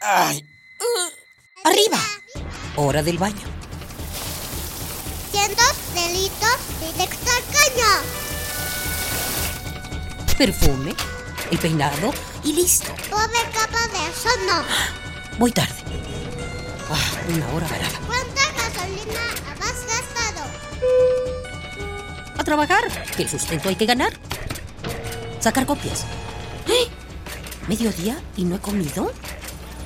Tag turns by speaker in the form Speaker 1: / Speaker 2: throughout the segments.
Speaker 1: Ay.
Speaker 2: Arriba. Hora del baño.
Speaker 3: Cientos delitos directo al caño.
Speaker 2: Perfume, el peinado y listo.
Speaker 3: Pobre capa de ozono.
Speaker 2: Voy tarde. Ah, una hora varada.
Speaker 3: ¿Cuánta gasolina has gastado?
Speaker 2: A trabajar, que el sustento hay que ganar. Sacar copias. ¡Eh! ¿Mediodía y no he comido?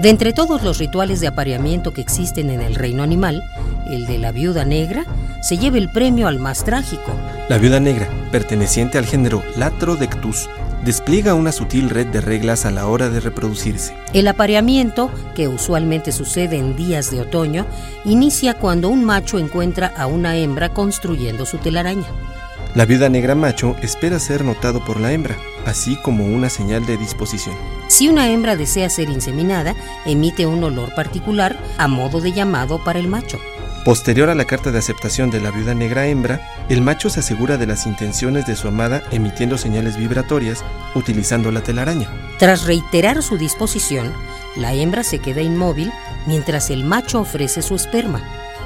Speaker 2: De entre todos los rituales de apareamiento que existen en el reino animal, el de la viuda negra se lleva el premio al más trágico.
Speaker 1: La viuda negra, perteneciente al género Latrodectus, despliega una sutil red de reglas a la hora de reproducirse.
Speaker 2: El apareamiento, que usualmente sucede en días de otoño, inicia cuando un macho encuentra a una hembra construyendo su telaraña.
Speaker 1: La viuda negra macho espera ser notado por la hembra, así como una señal de disposición.
Speaker 2: Si una hembra desea ser inseminada, emite un olor particular a modo de llamado para el macho.
Speaker 1: Posterior a la carta de aceptación de la viuda negra hembra, el macho se asegura de las intenciones de su amada emitiendo señales vibratorias utilizando la telaraña.
Speaker 2: Tras reiterar su disposición, la hembra se queda inmóvil mientras el macho ofrece su esperma,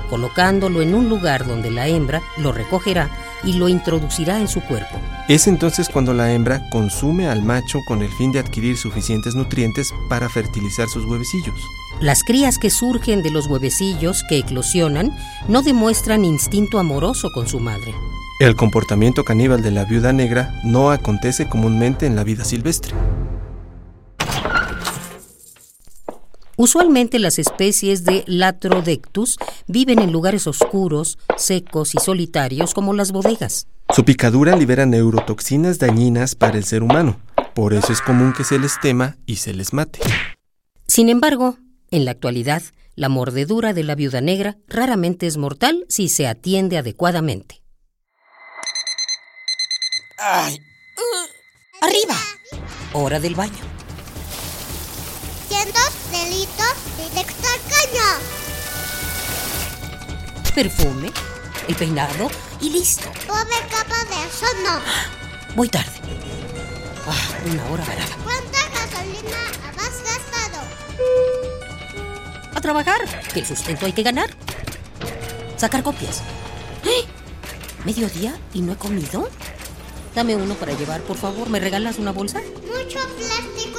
Speaker 2: colocándolo en un lugar donde la hembra lo recogerá y lo introducirá en su cuerpo.
Speaker 1: Es entonces cuando la hembra consume al macho con el fin de adquirir suficientes nutrientes para fertilizar sus huevecillos.
Speaker 2: Las crías que surgen de los huevecillos que eclosionan no demuestran instinto amoroso con su madre.
Speaker 1: El comportamiento caníbal de la viuda negra no acontece comúnmente en la vida silvestre.
Speaker 2: Usualmente las especies de Latrodectus viven en lugares oscuros, secos y solitarios como las bodegas.
Speaker 1: Su picadura libera neurotoxinas dañinas para el ser humano, por eso es común que se les tema y se les mate.
Speaker 2: Sin embargo, en la actualidad, la mordedura de la viuda negra raramente es mortal si se atiende adecuadamente. ¡Arriba! Hora del baño.
Speaker 3: Cientos delitos directo al caño.
Speaker 2: Perfume, el peinado y listo.
Speaker 3: Pobre capa de ozono.
Speaker 2: Voy tarde. Ah, una hora varada.
Speaker 3: ¿Cuánta gasolina has gastado?
Speaker 2: A trabajar, que el sustento hay que ganar. Sacar copias. ¡Eh! ¿Mediodía y no he comido? Dame uno para llevar, por favor. ¿Me regalas una bolsa?
Speaker 3: Mucho plástico